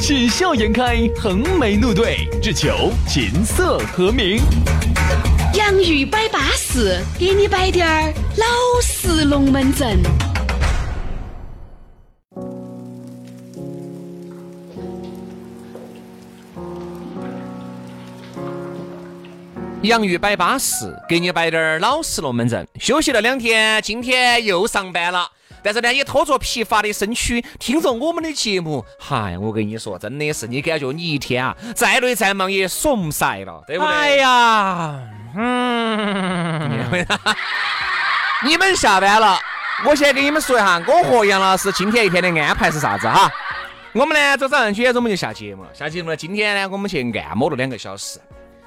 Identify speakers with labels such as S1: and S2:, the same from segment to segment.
S1: 喜笑颜开，横眉怒对，只求琴瑟和鸣。
S2: 洋芋摆巴士，给你摆点儿老式龙门阵。
S3: 洋芋摆巴适，给你摆点儿老实龙门阵。休息了两天，今天又上班了，但是呢，也拖着疲乏的身躯，听着我们的节目。嗨，我跟你说，真的是，你感觉你一天啊，再累再忙也怂晒了，对不对？
S4: 哎呀，嗯，
S3: 你们下班了，我先给你们说一下，我和杨老师今天一天的安排是啥子哈？我们呢，昨早上九点钟我们就下节目了，下节目呢，今天呢，我们去按摩了两个小时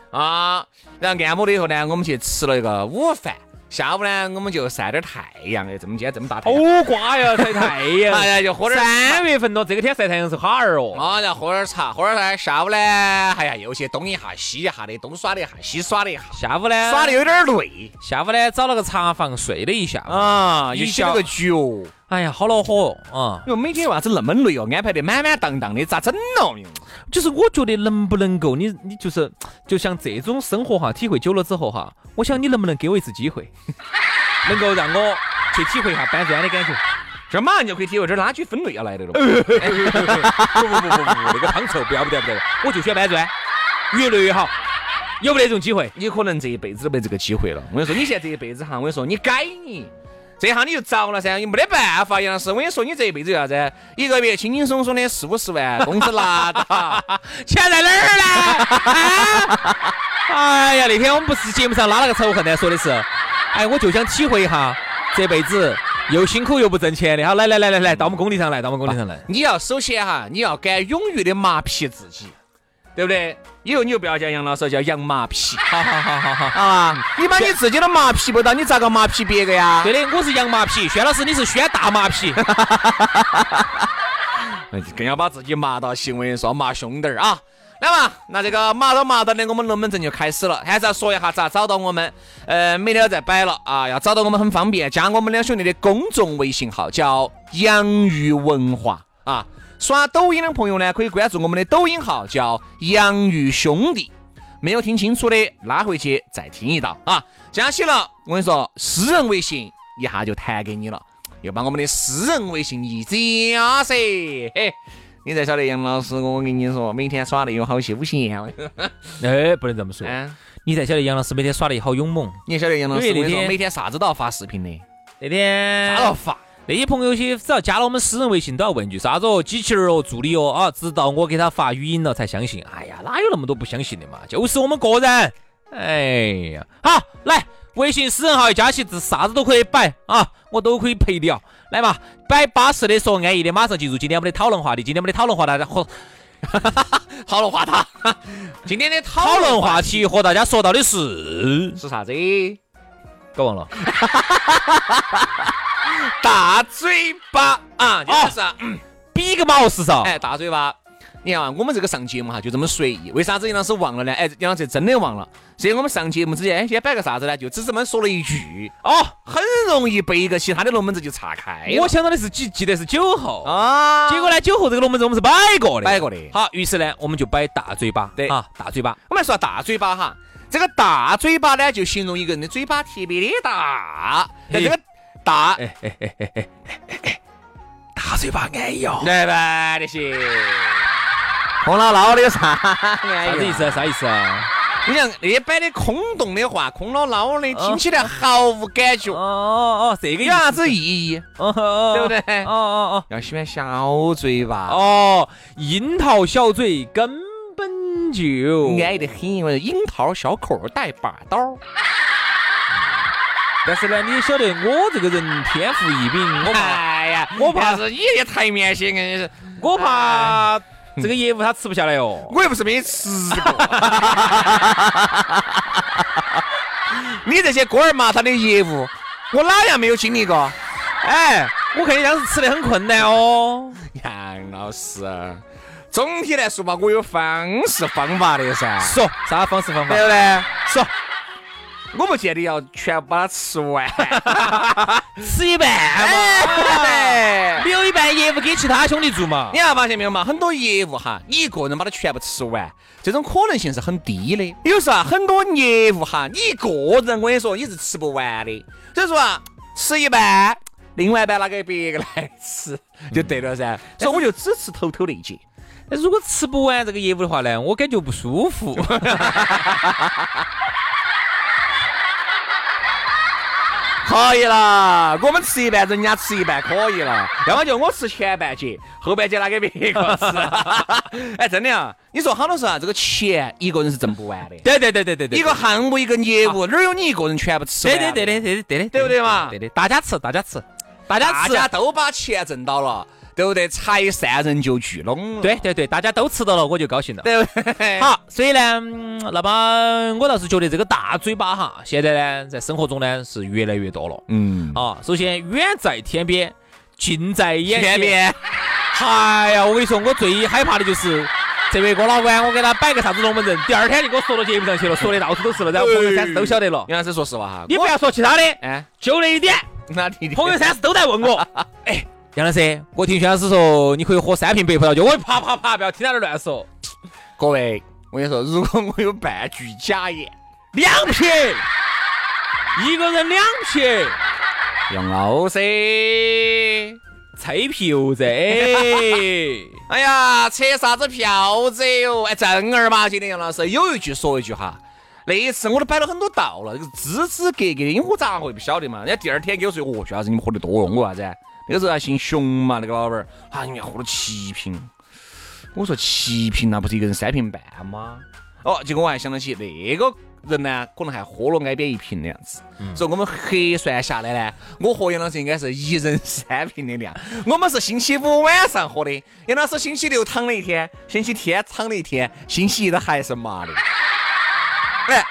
S3: 啊，然后按摩了以后呢，我们去吃了一个午饭，下午呢，我们就晒点太阳，哎，这么今天这么大太阳，
S4: 好瓜呀，晒太阳。
S3: 哎 呀，就喝点
S4: 哦三月份了，这个天晒太阳是哈儿哦。
S3: 啊，然后喝点茶，喝点茶，下午呢，哎呀，又去东一下西一下的，东耍了一下，西耍了一下，
S4: 下午呢，
S3: 耍的有点累
S4: 下午呢，找了个茶房睡了一下午。
S3: 啊，
S4: 一
S3: 又起
S4: 觉
S3: 了个脚。
S4: 哎呀，好恼火哦啊！
S3: 哟，哎每天为啥子那么累哦？安排得满满当当的，咋整哎了？
S4: 就是我觉得能不能够，你你就是就像这种生活哈，体会久了之后哈，我想你能不能给我一次机会，能够让我去体会一下搬砖的感觉。
S3: 这马上就可以体会这拉锯分类要来的 哎了。
S4: 不不不不不，那个胖臭不要不得不得，我就喜欢搬砖，越累越好。有没得这种机会？
S3: 你可能这一辈子都没这个机会了。我跟你说，你现在这一辈子哈，我跟你说，你该你。这下你就遭了噻，你没得办法，杨老师。我跟你说，你这一辈子要啥子？一个月轻轻松松的四五十万，工资拿 到，
S4: 钱在哪儿呢？哎呀，那天我们不是节目上拉了个仇恨呢，说的是，哎，我就想体会一下这辈子又辛苦又不挣钱的。好，来来来来来，到我们工地上来，到我们工地上来。
S3: 你要首先哈，你要敢勇于的麻痹自己，对不对？以后你就不要叫杨老师，叫杨麻痹
S4: 好好好好好。
S3: 啊！你把你自己都麻痹不到，你咋个麻痹别个呀？
S4: 对的，我是羊麻皮，轩老师你是轩大麻皮。
S3: 哎更要把自己麻到行为说麻凶点儿啊！来嘛，那这个麻到麻到的，我们龙门阵就开始了。还是要说一下咋找到我们，呃，每天在摆了啊，要找到我们很方便，加我们两兄弟的公众微信号叫“洋芋文化”啊。刷抖音的朋友呢，可以关注我们的抖音号叫“洋芋兄弟”。没有听清楚的，拉回去再听一道啊。加起了，我跟你说，私人微信一下就弹给你了，又把我们的私人微信一加噻，嘿，你才晓得杨老师，我跟你说，每天耍的有好休闲。
S4: 哎，不能这么说。
S3: 嗯，
S4: 你才晓得杨老师每天耍的好勇猛。
S3: 你也晓得杨老师，我
S4: 因为
S3: 跟
S4: 那
S3: 你说，
S4: 天
S3: 每天啥子都要发视频的，
S4: 那
S3: 啥都要
S4: 天
S3: 发。
S4: 那些朋友些，只要加了我们私人微信，都要问句啥子哦，机器人哦，助理哦啊，直到我给他发语音了才相信。哎呀，哪有那么多不相信的嘛？就是我们个人。哎呀，好，来，微信私人号一加起，这啥子都可以摆啊，我都可以陪聊。来嘛，摆巴适的，说安逸的，马上进入今天我们的讨论话题。今天我们的讨论话题，和
S3: 讨论话题，今天的
S4: 讨
S3: 讨
S4: 论
S3: 论话
S4: 话题和大家说到的是，
S3: 是啥子？
S4: 搞忘了。
S3: 大嘴巴啊，就是啊。
S4: 哦 Big Mouse 上，
S3: 哎，大嘴巴。你看啊，我们这个上节目哈就这么随意，为啥子杨老师忘了呢？哎，杨老师真的忘了。所以我们上节目之前，哎先摆个啥子呢？就只这么说了一句，
S4: 哦，
S3: 很容易被一个其他的龙门阵就岔开了。
S4: 我想到的是记记得是九号，
S3: 啊，
S4: 结果呢九号这个龙门阵我们是摆过的，
S3: 摆过的
S4: 好，于是呢我们就摆大嘴巴，
S3: 对
S4: 啊，大嘴巴，
S3: 我们来说下大嘴巴哈，这个大嘴巴呢，就形容一个人的嘴巴特别的大，但这个大，哎哎哎哎哎大嘴巴安逸哦，来吧那些，空老老的有啥
S4: 啥
S3: 安
S4: 子意思？啊？啥意思啊？
S3: 你像那些摆的空洞的话，空落落的，听起来毫无感觉
S4: 哦，哦哦，这个意思，
S3: 有啥子意义？
S4: 哦哦
S3: 对不对
S4: 哦哦
S3: 要喜欢小嘴
S4: 哦，
S3: 巴，
S4: 哦，樱桃小嘴根本就
S3: 安逸得很。我说樱桃小口带把刀，
S4: 但是呢，你也晓得我这个人天赋异禀，我怕
S3: 哎呀，
S4: 我怕
S3: 但是你的台面些，硬是
S4: 我怕这个业务他吃不下来哦。
S3: 我又不是没吃过。 你这些锅儿麻他的业务，我哪样没有经历过？
S4: 哎，我看你当时吃的很困难哦。
S3: 杨老师，总体来说嘛，我有方式方法的噻。
S4: 说啥方式方法
S3: 还？有呢，
S4: 说
S3: 我不见得要全部把它吃完。
S4: 吃一半
S3: 哎
S4: 嘛，留一半业务给其他兄弟做嘛
S3: 你。还发现没有嘛？很多业务哈，你一个人把它全部吃完，这种可能性是很低的。有时候啊，很多业务哈，你一个人，我跟你说，你是吃不完的。所以说啊，吃一半，另外一半拿给别个来吃就对了噻。所以我就只吃头头那一截。
S4: 但如果吃不完这个业务的话呢，我感觉不舒服。
S3: 可以了，我们吃一半，人家吃一半，可以了。要么就我吃前半截，后半截拿给别个吃。 哎，真的啊，你说好多时候啊，这个钱一个人是挣不完的。
S4: 对对对对对对，啊
S3: 一个项目一个业务，哪有你一个人全部吃
S4: 对
S3: 完？
S4: 对对的对的对的，
S3: 对不对嘛
S4: 对的，大家吃大家吃，大家
S3: 大
S4: 吃，啊
S3: 家都把钱挣到了，对不对？财散人就聚拢了，
S4: 对对对，大家都吃到了，我就高兴了。
S3: 对不对？
S4: 好，所以呢，嗯那么我倒是觉得这个大嘴巴哈，现在呢，在生活中呢是越来越多了。
S3: 嗯，
S4: 啊，首先远在天边，近在眼前。
S3: 前面
S4: 哎呀，我跟你说，我最害怕的就是这位哥老倌，我给他摆个啥子龙门阵，第二天就给我说到节目上去了，说的到处都是了，然后朋友圈都晓得了。
S3: 杨老师说实话哈，
S4: 你
S3: 我
S4: 不要说其他的，
S3: 哎，
S4: 就那一点，
S3: 那你
S4: 朋友圈是都在问我。哎，杨老师，我听薛老师说你可以喝三瓶白葡萄酒，我啪啪啪，不要听他那儿乱说。
S3: 各位，我跟你说，如果我有半句假言，
S4: 两瓶，一个人两瓶，
S3: 杨老师，
S4: 菜瓢子。
S3: 哎呀，扯啥子票子哟？哎，正儿八经的杨老师，有一句说一句哈。那一次我都摆了很多道了，这个支支格格的，因为我咋会不晓得嘛？人家第二天给我说，哦，薛老师你们喝得多哦，我啥子？那个时候还姓熊嘛，那个老板儿，啊，你们喝了七瓶，我说七瓶那不是一个人三瓶半吗？哦，结果我还想得起那个人呢，可能还喝了挨边一瓶的样子。所以我们核算下来呢，我和杨老师应该是一人三瓶的量。我们是星期五晚上喝的，杨老师星期六躺了一天，星期天躺了一天，星期一的还是麻的。哎，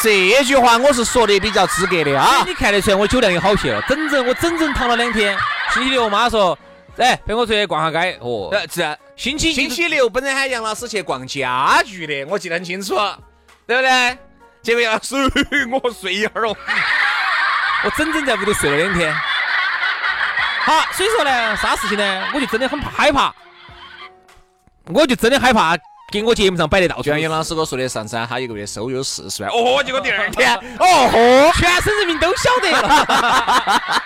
S3: 这句话我是说的比较资格的啊
S4: 啊，。你看得出来我酒量有好些了，整整我整整躺了两天。星期六我妈说，哎，陪我出去逛下街。哦，
S3: 呃，这。
S4: 星期一
S3: 星期六本来喊杨老师去逛家具的，我记得很清楚，对不对？结果杨老师，我睡一会 儿哦。
S4: 我整整在屋头睡了两天。好，所以说呢，啥事情呢，我就真的很害怕，我就真的害怕给我节目上摆的到处都
S3: 就像
S4: 是
S3: 杨老师跟我说的，上次他一个月收入四十万，哦，结果第二天， 哦豁，
S4: 全省人民都晓得了。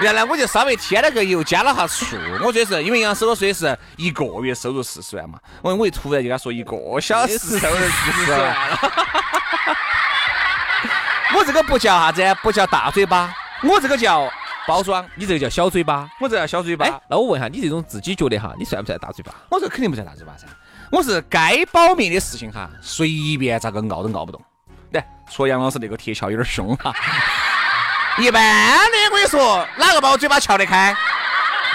S3: 原来我就稍微添了个油，加了下醋。我觉得是因为杨师傅说的是一个月收入四十万嘛，我我一突然就跟他说一个小时收入四十万了。我这个不叫啥子，不叫大嘴巴，我这个叫包装，
S4: 你这个叫小嘴巴。
S3: 我这叫小嘴巴。
S4: 哎，那我问一下，你这种自己觉得哈，你算不算大嘴巴？
S3: 我这肯定不算大嘴巴噻，我是该保密的事情哈，随便咋个拗都拗不动。对，说杨老师那个铁撬有点凶哈， 一般的我跟你说，哪个把我嘴巴撬得开？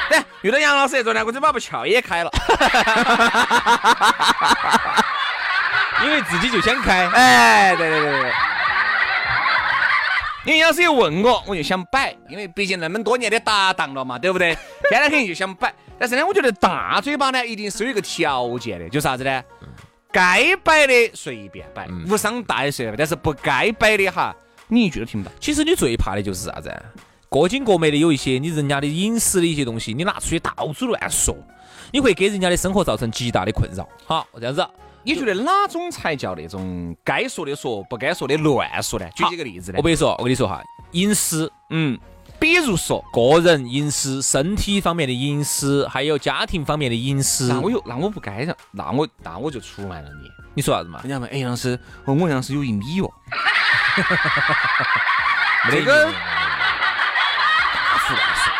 S3: 对，遇到杨老师那种呢，我嘴巴不撬 也开了。
S4: 因为自己就想开。
S3: 哎，对对对对对。因为杨师又问我，我就想摆，因为毕竟那么多年的搭档了嘛，对不对？天天肯定就想摆，但是呢，我觉得大嘴巴呢，一定是有一个条件的，就是啥子呢？该摆的随便摆，无伤大雅随便摆，但是不该摆的哈，你一句都听不到。
S4: 其实你最怕的就是啥子啊？各经各美的有一些你人家的隐私的一些东西，你拿出去到处乱说，你会给人家的生活造成极大的困扰。好，这样子，啊
S3: 你觉得哪种才叫那种该说的说，不该说的乱说呢？举几个例子呢
S4: 我？跟你说，我跟你说哈，隐私，
S3: 嗯，比如说，
S4: 个人隐私、身体方面的隐私，还有家庭方面的隐私
S3: 那。我有，那我不该让，那我那我就出卖了你。
S4: 你说啥子嘛？
S3: 人家问，哎，杨老师，哦，我杨老师有一米 哦。
S4: 没得
S3: 这个
S4: 意义
S3: 大幅乱说。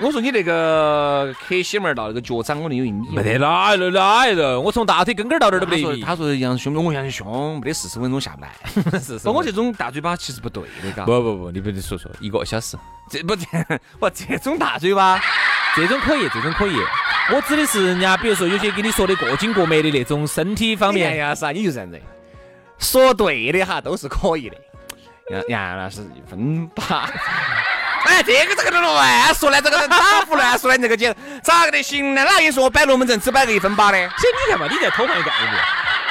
S3: 我说你那个克西门儿到那个脚掌，我能有一米哦。
S4: 没得哪一路哪一路，我从大腿根根儿 到那儿都
S3: 他
S4: 没
S3: 说
S4: 得一米。
S3: 他说杨兄，我杨兄没得四十分钟下不来。
S4: 是是
S3: 说我这种大嘴巴其实不对的，嘎。
S4: 不不不，你不得说说一个小时，
S3: 这不我这种大嘴巴，
S4: 这种可以，这种可以。我指的是人家，比如说有些跟你说的过精过美的那种身体方
S3: 你看
S4: 面，
S3: 杨老师啊，你就这样子，说对的哈，都是可以的。杨杨老师一分 吧。哎，这个这个乱说呢，这个人咋不乱说呢？这个姐咋个得行呢？哪跟你说我摆龙门阵只摆个一分八呢？
S4: 所以你看嘛，你在偷换一个概念。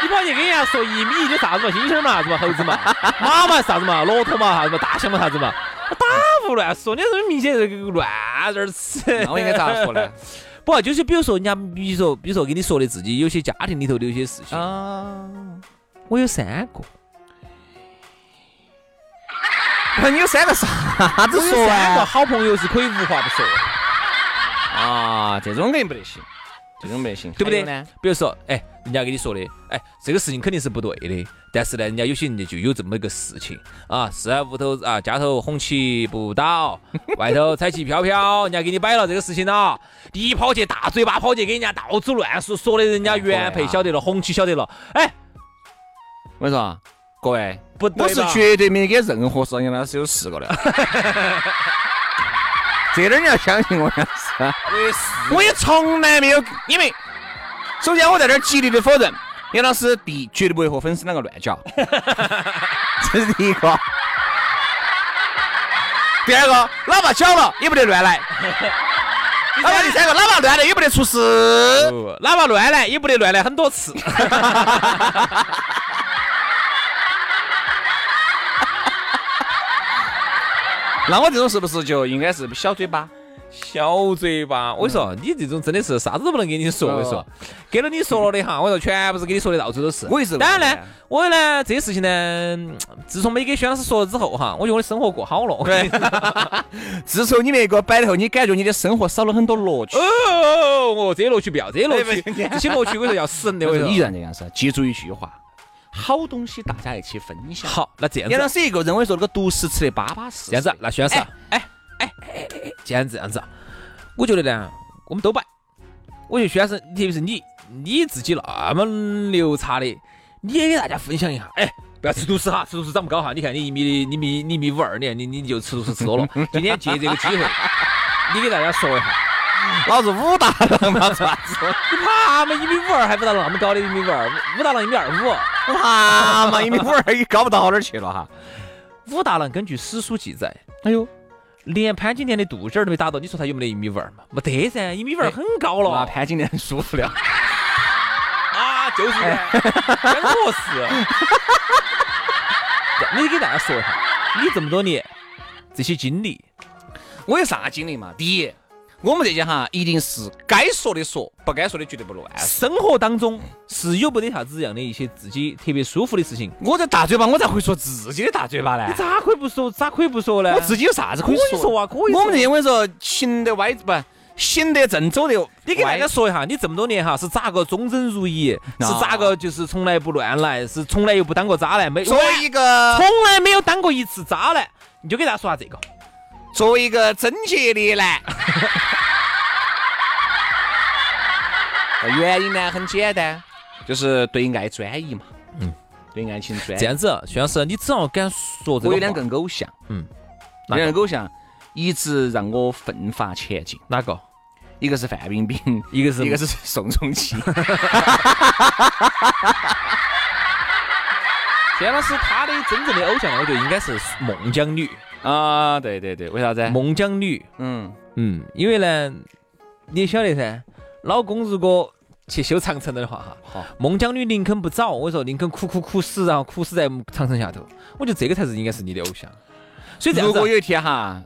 S4: 你跑去跟人家说一米一的啥子嘛，猩猩嘛，啥子嘛，猴子 嘛，马嘛，啥子嘛，骆驼嘛，啥子嘛，大象嘛，啥子嘛，打胡乱说，你这明显是个乱人儿吃。
S3: 那我应该咋说呢？
S4: 不，就是比如说人家，比如说，比如说跟你说的自己有些家庭里头的有些事情，
S3: 啊，
S4: 我有三个，
S3: 你有三个啥子
S4: 我
S3: 说
S4: 有三个
S3: 啊？
S4: 好朋友是可以无话不说的，
S3: 啊，这种肯定不得行，这种不得行，
S4: 对不对
S3: 还有呢？？
S4: 比如说，哎，人家跟你说的，哎，这个事情肯定是不对的，但是呢，人家有些人就有这么一个事情啊，是啊，屋头啊，家头红旗不 倒，外头彩旗飘飘，人家给你摆了这个事情了，你跑去大嘴巴跑去给人家到处乱说，说的人家原配晓得了，红旗晓得了，哎，
S3: 我跟你说啊，各位，
S4: 不对
S3: 我是
S4: 吧
S3: 绝对没给任何说杨老师有试 过的。这点你要相信我，杨老师啊。我也从来没有，因为首先我在这儿极力的否认，杨老师第一绝对不会和粉丝两个乱 搅，这是第一个。第二个，哪怕搅了也不得 乱来。哪怕第三个，哪怕乱来也不得出事。
S4: 哦哪怕乱来也不得乱来很多次。
S3: 那我这种是不是就应该是小嘴巴？
S4: 小嘴巴，我跟你说，你这种真的是啥子都不能跟你说。我跟你说
S3: 嗯哦，
S4: 给了你说了的哈，我跟你说全部是给你说的，到处都是。
S3: 我也是
S4: 当然
S3: 这
S4: 呢
S3: 样，
S4: 我呢这些事情呢，嗯自从没给薛老师说了之后哈，我觉得我的生活过好了。对，
S3: 自从你那个摆了后，你感觉你的生活少了很多乐 趣。
S4: 哦，我这些乐趣不要，这些乐趣，
S3: 哎不是
S4: 这些乐趣我跟你说要死人的。我跟
S3: 你
S4: 你
S3: 依
S4: 说，
S3: 然 这样子，记住一句话：好东西大家一起分享。
S4: 好，那这样
S3: 杨老
S4: 子，
S3: 师一个人，我跟你说那个独食吃的巴巴适适。
S4: 这样子，那薛老师啊，哎哎哎哎哎，这样子这样子啊，我觉得呢，我们都摆。我觉得薛老师，特别是你你自己那么牛叉的，你也给大家分享一下。哎，不要吃独食哈，吃独食长不高哈。你看你一米你一米你一米五二，你看你你就吃独食吃多了。今天借这个机会，你给大家说一下，
S3: 老子武大郎 嘛，是吧？
S4: 你怕嘛？一米五二还武大郎那么高的一米五二，武大郎一米二五。啊
S3: 他妈一米五二也高不到哪儿去了哈。
S4: 武大郎根据史书记载，
S3: 哎呦，
S4: 连潘金莲的肚脐儿都没打到，你说他有没得一米五二嘛？没得噻，一米五二很高了
S3: 那潘金莲舒服了。 哎
S4: 啊，就是噻，干我事。你给大家说一下，你这么多年这些经历，
S3: 我有啥经历嘛？第一，我们这些哈，一定是该说的说，不该说的绝对不乱说。
S4: 生活当中是有没得啥子样的一些自己特别舒服的事情？
S3: 我这大嘴巴，我咋会说自己的大嘴巴呢
S4: 你？咋可以不说？咋可以不说呢？
S3: 我自己有啥子可
S4: 可
S3: 以
S4: 以
S3: 说
S4: 说啊可以说
S3: 我们这些我跟你说，行得歪不，行得正，走得歪。
S4: 你给大家说一下，你这么多年哈是咋个忠贞如一，是咋个就是从来不乱来，是从来又不当过渣男，没
S3: 作为一个
S4: 从来没有当过一次渣男，你就给大家说下这个。
S3: 作为一个贞洁 的男，呃原因呢很简单，就是对爱专一嘛。嗯，对爱情专一。
S4: 这样子，啊徐老师，你只要敢说这
S3: 我
S4: 个
S3: 有两
S4: 话，
S3: 个偶像，
S4: 嗯，哪
S3: 两
S4: 个
S3: 个偶像一直让我奋发前进，
S4: 哪个？
S3: 一个是范冰冰，
S4: 一个是
S3: 一个是宋 仲基。
S4: 薛老师他的真正的偶像，我觉得应该是孟姜女。
S3: 啊，对对对，为啥子？
S4: 孟姜女，
S3: 嗯，
S4: 嗯，因为呢，你也晓得噻，老公如果去修长城的话，哈，
S3: 好，
S4: 孟姜女宁肯不找，我说宁肯苦苦苦死，然后苦死在长城下头。我觉得这个才是应该是你的偶像。所以这样
S3: 如
S4: 子啊
S3: 果，有一天哈，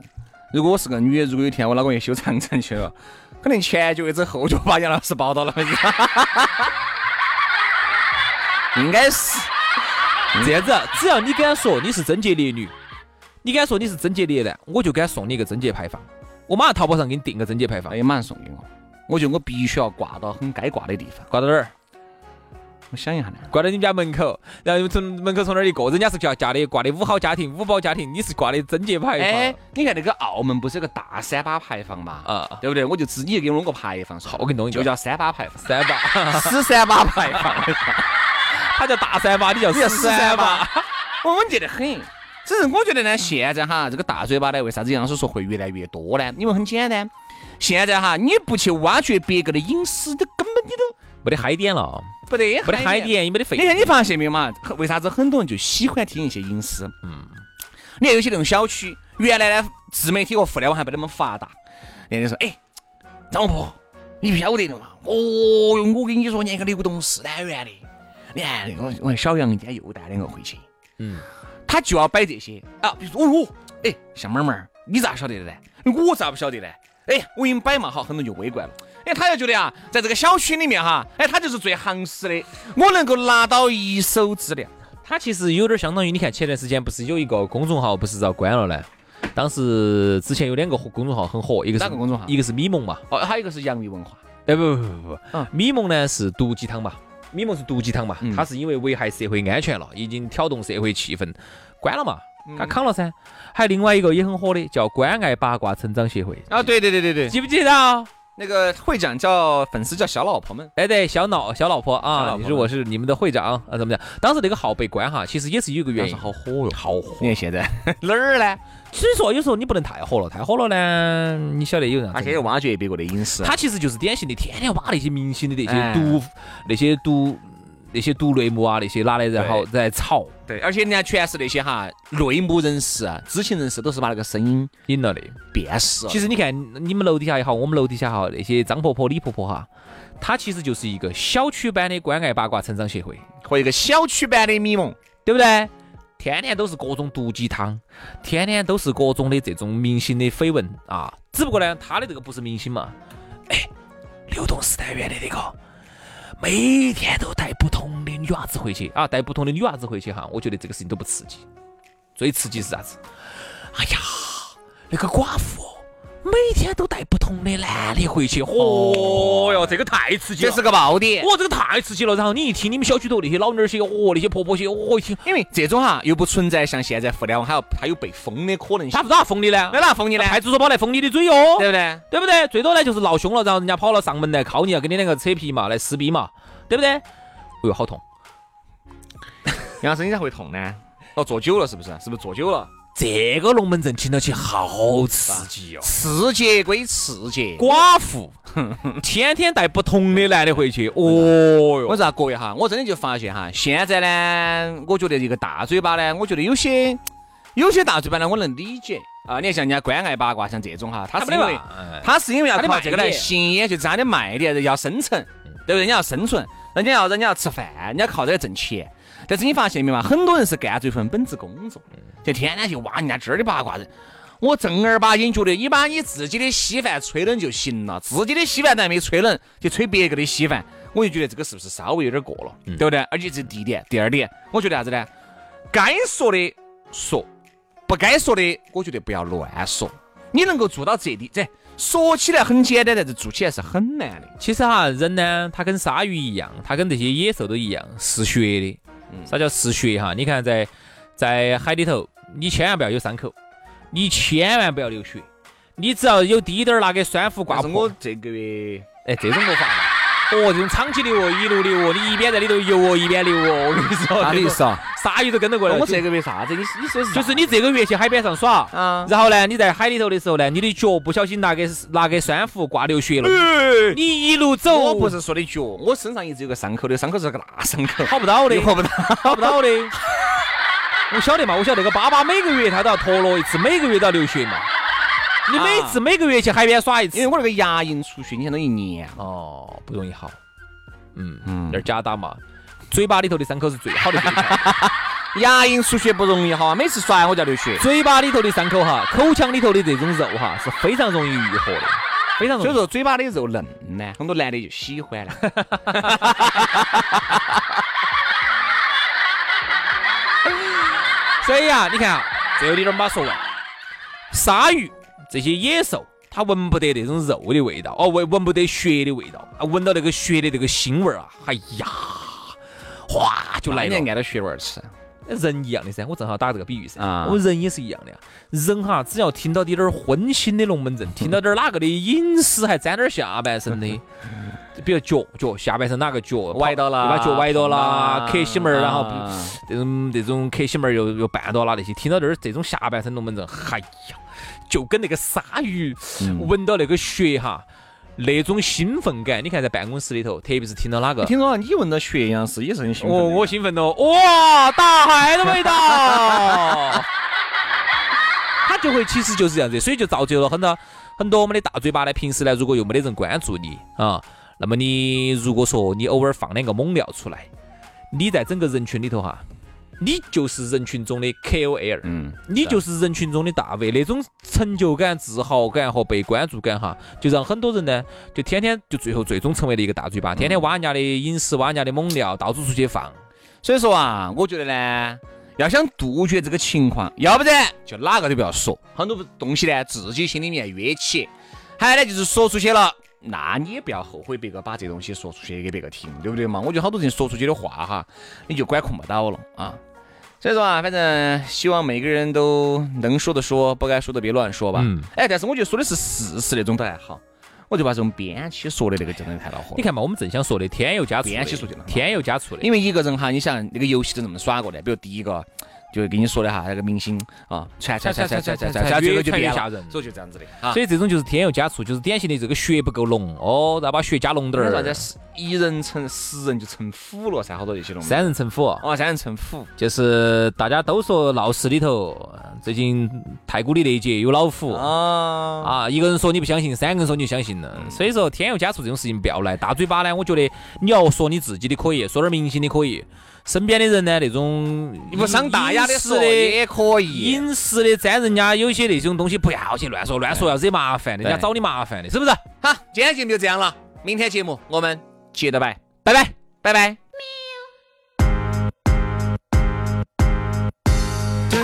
S3: 如果我是个女的，如果有一天我老公也修长城去了，可能前脚一只后脚把杨老师抱到了， 应该是。
S4: 这样子，啊只要你敢说你是贞洁烈女，你敢说你是贞洁烈男，我就敢送你一个贞洁牌坊。我马上淘宝上给你订个贞洁牌坊
S3: 哎，呀，马上送给我，我觉得我必须要挂到很该挂的地方。
S4: 挂到哪儿？
S3: 我想一下呢，
S4: 挂到你们家门口，然后从门口从那儿一过，人家是挂家的挂的五好家庭、五宝家庭，你是挂的贞洁牌坊。
S3: 哎，你看那个澳门不是有个大三八牌坊嘛？
S4: 啊
S3: 对不对？我就自己给我弄个牌坊，好
S4: 我给你弄一个，
S3: 就叫三八牌坊
S4: 三八，
S3: 死三八牌坊。
S4: 他叫大三八，你叫
S3: 你要
S4: 死
S3: 死
S4: 三
S3: 哎三
S4: 八
S3: 吧。，我稳健得很。只是我觉得呢，现在哈，这个大嘴巴呢，为啥子杨老师说会越来越多呢？因为很简单，现在哈，你不去挖掘别个的隐私，都根本你都
S4: 没得嗨点了，
S3: 不得
S4: 没得嗨
S3: 点。
S4: 点，也没得费
S3: 你。看你发现没有嘛？很为啥子很多人就喜欢听一些隐私？嗯，你看有些那种小区，原来呢自媒体和互联网还没那么发达，人家说，哎，张婆，你晓得的嘛？哦哟，我跟你说，人家个刘栋是单元的，你看我我小杨今天又带两个回去，
S4: 嗯，
S3: 他就要摆这些啊，比如说，哦哟，哎，小妹妹儿，你咋晓得的呢？我咋不晓得呢？哎，我给你摆嘛，好，很多人就围观了。哎，他就觉得啊，在这个小区里面哈，哎，他就是最行实的，我能够拿到一手资料。
S4: 它其实有点相当于，你看前段时间不是有一个公众号不是遭关了呢？当时之前有两个公众号很火，一个是
S3: 哪个公众号
S4: 一个是米蒙嘛，
S3: 哦，还有一个是洋芋文化，
S4: 哎不不不不
S3: 嗯
S4: 不，米蒙呢是毒鸡汤嘛，米蒙是毒鸡汤嘛
S3: 嗯，
S4: 他是因为危害社会安全了，已经挑动社会气氛，关了嘛，
S3: 嗯
S4: 他扛了噻。还有另外一个也很火的，叫关爱八卦成长协会，
S3: 啊，对对对对对，
S4: 记不记得啊？
S3: 那个会长叫粉丝叫小老婆们，
S4: 哎对，小脑小老婆
S3: 小老
S4: 啊，
S3: 婆
S4: 你是我是你们的会长啊，怎么讲？当时那个号被关哈，其实也是有一个原因，好火哟，好火。
S3: 看现在 哪儿呢？
S4: 所以说有时候你不能太火了，太火了呢，你晓得有啥
S3: 他
S4: 子
S3: 现在挖掘别个的隐私，啊
S4: 他其实就是典型的天天把那些明星的那
S3: 哎
S4: 些毒、那些毒、那些毒类目啊那些拿来，然后再炒
S3: 对，而且人家全是那些哈内幕人士、啊、知情人士，都是把那个声音
S4: 引了的。
S3: 辨识了。
S4: 其实你看，你们楼底下也好，我们楼底下也好，那些张婆婆、李婆婆哈，她其实就是一个小区版的关爱八卦成长协会，
S3: 和一个小区版的米蒙，
S4: 对不对？天天都是各种毒鸡汤，天天都是各种的这种明星的绯闻啊。只不过呢，她的这个不是明星嘛，哎，流动四单元的那个，每天都带不同的女娃子回去啊，带不同的女娃子回去哈，我觉得这个事情都不刺激，最刺激是啥子？哎呀，那个寡妇每天都带不同的男的回去，哦哟，这个太刺激
S3: 这
S4: 了，哦
S3: 是个爆点。
S4: 哇，这个太刺激了。然后你一听你们小区头那些老妞儿些，哦，那些婆婆些，哦，一听。
S3: 因为这种哈又不存在像现在互联网还有还有被封的可能性
S4: 他，不咋封你呢
S3: 那？哪封你呢？
S4: 派出所跑来封你的嘴哟，
S3: 对不对？
S4: 对不对？最多呢就是闹凶了，然后人家跑了上门来铐你，啊要跟你两个扯皮嘛，来撕逼嘛，对不对？哎呦，好痛！
S3: 杨老师，你咋会痛呢？哦，坐久了是不是？是不是坐久了？
S4: 这个龙门阵听到起好刺激哦哟、
S3: 刺激归刺激，
S4: 寡 妇天天带不同的男的回去，哦哟，
S3: 我咋各位哈，我真的就发现哈，现在呢，我觉得一个大嘴巴呢，我觉得有些有些大嘴巴呢，我能理解啊。你看像人家关爱八卦，像这种哈，他是因为
S4: 吧？
S3: 他是因为要
S4: 哎他的
S3: 靠
S4: 卖
S3: 这个来
S4: 点嗯
S3: 吸引，就是他的卖点要生存，对不对？你要生存，人家要人家要吃饭，人家靠这个挣钱。但是你发现没嘛？很多人是干这份本职工作，
S4: 嗯
S3: 就天天去挖人家这儿的八卦人。我正儿八经觉得，你把你自己的稀饭吹冷就行了，自己的稀饭都还没吹冷，就吹别个的稀饭，我就觉得这个是不是稍微有点过了，
S4: 嗯
S3: 对不对？而且这是第一点，第二点，我觉得啥子呢？该说的说，不该说的，我觉得不要乱说。你能够做到这里，这说起来很简单，但是做起来是很难的。
S4: 其实哈，人呢，他跟鲨鱼一样，他跟这些野兽都一样，嗜血的。啥叫嗜血哈？你看在在海里头，你千万不要有伤口，你千万不要流血，你只要有滴点儿拿给栓壶挂
S3: 但是我
S4: 破，
S3: 这个月
S4: 哎，这种做法嘛。哦，这种长期流哦，一路流哦，你一边在里头游哦，一边流哦，我跟你说，哦
S3: 啥
S4: 这
S3: 意
S4: 种
S3: 思啊？
S4: 鲨鱼都跟着过来了。
S3: 我这个月啥子？你你说是啥
S4: 就是你这个月去海边上耍，
S3: 啊
S4: 然后呢，你在海里头的时候呢，你的脚不小心拿给拿给栓壶挂流血了，
S3: 哎
S4: 你一路走，
S3: 我不是说的脚，我身上一直有个伤口的，伤口是个大伤口，
S4: 好不到的，
S3: 好不到。
S4: 好不到的。我晓得嘛，我晓得那个粑粑每个月他都要脱落一次，每个月都要流血嘛。你
S3: 啊
S4: 每次每个月去海边耍一
S3: 因为
S4: 次，
S3: 我那个牙龈出血，你想到一年，
S4: 哦，不容易好。嗯
S3: 嗯
S4: 嗯，点假打嘛，嘴巴里头的伤口是最好的给你看。
S3: 牙龈出血不容易啊哈，每次刷牙我就要流血。
S4: 嘴巴里头的伤口哈，口腔里头的这种肉哈是非常容易愈合的，非常
S3: 所
S4: 容
S3: 以
S4: 易。
S3: 说嘴巴的肉嫩呢，很多男的就喜欢 了。
S4: 所以啊，你看啊，这个你点把它说完，鲨鱼这些野兽。它闻不得那种肉的味道，哦，闻闻不得血的味道，啊，闻到那个血的那个腥味儿啊，哎呀，哗就来
S3: 人家
S4: 了。
S3: 按到穴位儿吃，
S4: 人一样的噻，我正好打这个比喻噻。
S3: 啊
S4: 我人也是一样的呀，人哈，只要听到点儿荤腥的龙门阵，听到点儿哪个的隐私还沾点儿下半 身的，比如脚脚下半身哪个脚
S3: 崴到了
S4: 对把脚崴到啦，
S3: 碰到
S4: 磕西门儿，然后
S3: 啊
S4: 哎这种这种磕西门儿又又绊到啦那些，听到点儿这种下半身龙门阵，嗨呀，就跟那个鲨鱼
S3: 嗯
S4: 闻到那个血哈，那种兴奋感，你看在办公室里头，特别是听到哪个。
S3: 听说你闻到血样是也是很兴奋
S4: 哦，
S3: 的
S4: 我兴奋哦！哇，大海的味道， 它就会其实就是这样子，所以就造就了很多很多我们的大嘴巴呢。平时呢，如果又没得人关注你啊，那么你如果说你偶尔放两个猛料出来，你在整个人群里头哈，你就是人群中的 KOL，
S3: 嗯，
S4: 你就是人群中的大 V，那种成就感、自豪感和被关注感哈，就让很多人呢，就天天就最后最终成为了一个大嘴巴，天
S3: 嗯
S4: 天挖人家的饮食，挖人家的猛料，到处出去放。
S3: 所以说啊，我觉得呢，要想杜绝这个情况，要不然就哪个都不要说，很多东西呢自己心里面憋起。还有呢，就是说出去了，那你也不要后悔别个把这东西说出去给别个听，对不对嘛？我觉得好多人说出去的话哈，你就管控不到了啊。所以说啊，反正希望每个人都能说的说，不该说的别乱说吧。
S4: 嗯
S3: 哎，但是我觉得说的是事实那种都还好，我就把这种编起说的那个真的太恼火了
S4: 你。看嘛，我们正想说的添油加醋的，
S3: 编起出去了
S4: 添油加醋的。
S3: 因为一个人哈，你想那个游戏都这么耍过的，比如第一个就跟你说的哈，那个明星啊，传传传传传传传，最后就变了，所以就这样子的啊。
S4: 所以这种就是添油加醋，就是典型的这个血不够浓哦，然后把血加浓点
S3: 所以啥
S4: 儿
S3: 子，，一人成十人就成虎了噻，好多这些龙。
S4: 三人成虎。
S3: 哦，三人成虎，
S4: 就是大家都说闹市里头，最近太古里那一节有老
S3: 哦
S4: 虎
S3: 啊，
S4: 啊，一个人说你不相信，三个人说你就相信了。所以说添油加醋这种事情不要来。大嘴巴呢，我觉得你要说你自己的可以，说点明星的可以，身边的人呢那种
S3: 你不伤大雅的
S4: 隐私
S3: 说也可以。
S4: 隐私的沾人家有些那种东西不要去乱说，乱说要惹麻烦，人家
S3: 对
S4: 找你麻烦的，是不是？
S3: 好，今天节目就这样了，明天节目我们接着拜，拜拜，拜拜。
S5: 对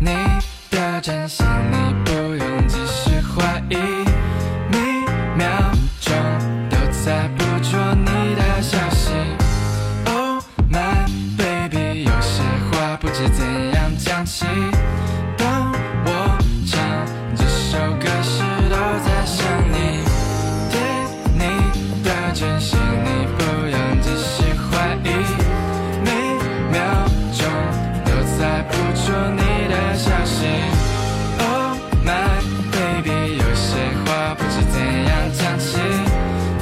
S5: 你的真心，你不用继续怀疑，每秒钟都在捕捉你的消息。Oh my baby，有些话不知怎样讲起。当我唱这首歌时，都在想你。对你的真心，你不用继续怀疑，每秒钟都在捕捉你的消息。Oh my baby，有些话不知怎样讲起。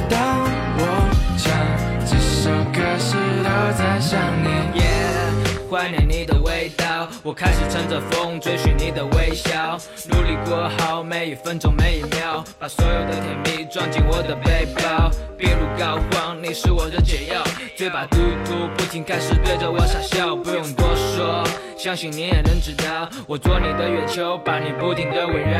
S5: 当我唱这首歌时，都在想你。
S6: 耶，怀念你的味道，我开始乘着风追寻你的微笑，努力过好每一分钟每一秒，把所有的甜蜜装进我的背包。病入膏肓，你是我的解药，嘴巴嘟嘟不停，开始对着我傻笑，不用多说，相信你也能知道，我做你的月球，把你不停的围绕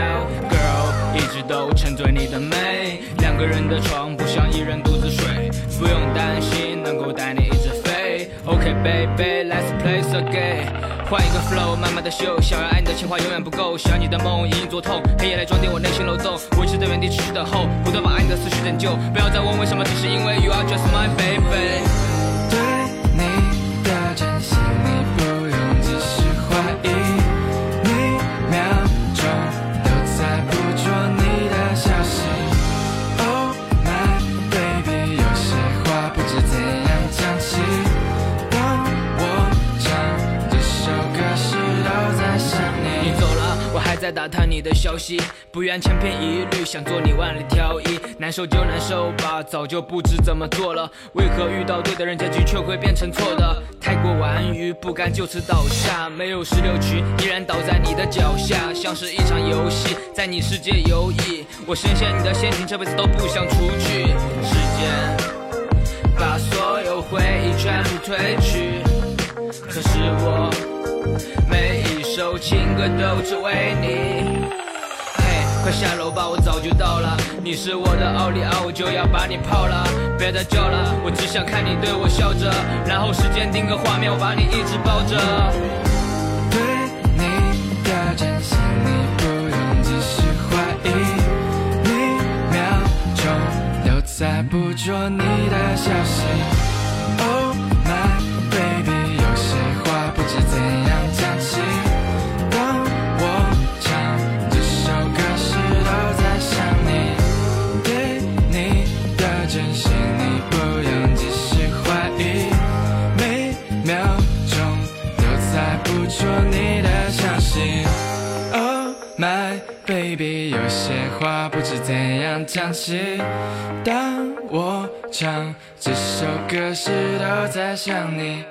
S6: ，girl。一直都沉醉你的美，两个人的床不像一人独自睡，不用担心能够带你一直飞。OK baby let's play the game，换一个 flow 慢慢的秀，想要爱你的情话永远不够，想要你的梦隐隐作痛，黑夜来装点我内心漏洞，维持在原地持续等候，不断把爱你的思绪拯救，不要再问为什么，只是因为 you are just my baby。
S5: 对你的真心，你不用继续怀疑，每秒钟都在捕捉你的消息。Oh my baby，有些话不知怎样讲起，当我唱这首歌时，都在想
S6: 你
S5: 你。
S6: 走了，我还在打探你的消息，不愿千篇一律，想做你万里挑一，难受就难受吧，早就不知怎么做了。为何遇到对的人，结局却会变成错的？太过顽愚，不甘就此倒下，没有十六曲，依然倒在你的脚下，像是一场游戏，在你世界游弋。我深陷你的陷阱，这辈子都不想出去。时间把所有回忆全部褪去，可是我。每一首情歌都只为你。嘿，快下楼吧，我早就到了。你是我的奥利奥，我就要把你泡了。别再叫了，我只想看你对我笑着。然后时间定格画面，我把你一直抱着。
S5: 对你的真心，你不用继续怀疑，每秒钟都在捕捉你的消息。Oh my baby，有些话不知怎样讲起，当我唱这首歌时，都在想你。对你的真心，你不用继续怀疑，每秒钟都在捕捉你的消息。Oh
S6: My baby，有些话不知怎样讲起。当我唱这首歌时，都在想你。